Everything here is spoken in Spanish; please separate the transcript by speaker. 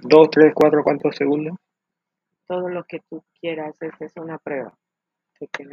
Speaker 1: Dos, tres, cuatro, ¿cuántos segundos?
Speaker 2: Todo lo que tú quieras, esta es una prueba que tienes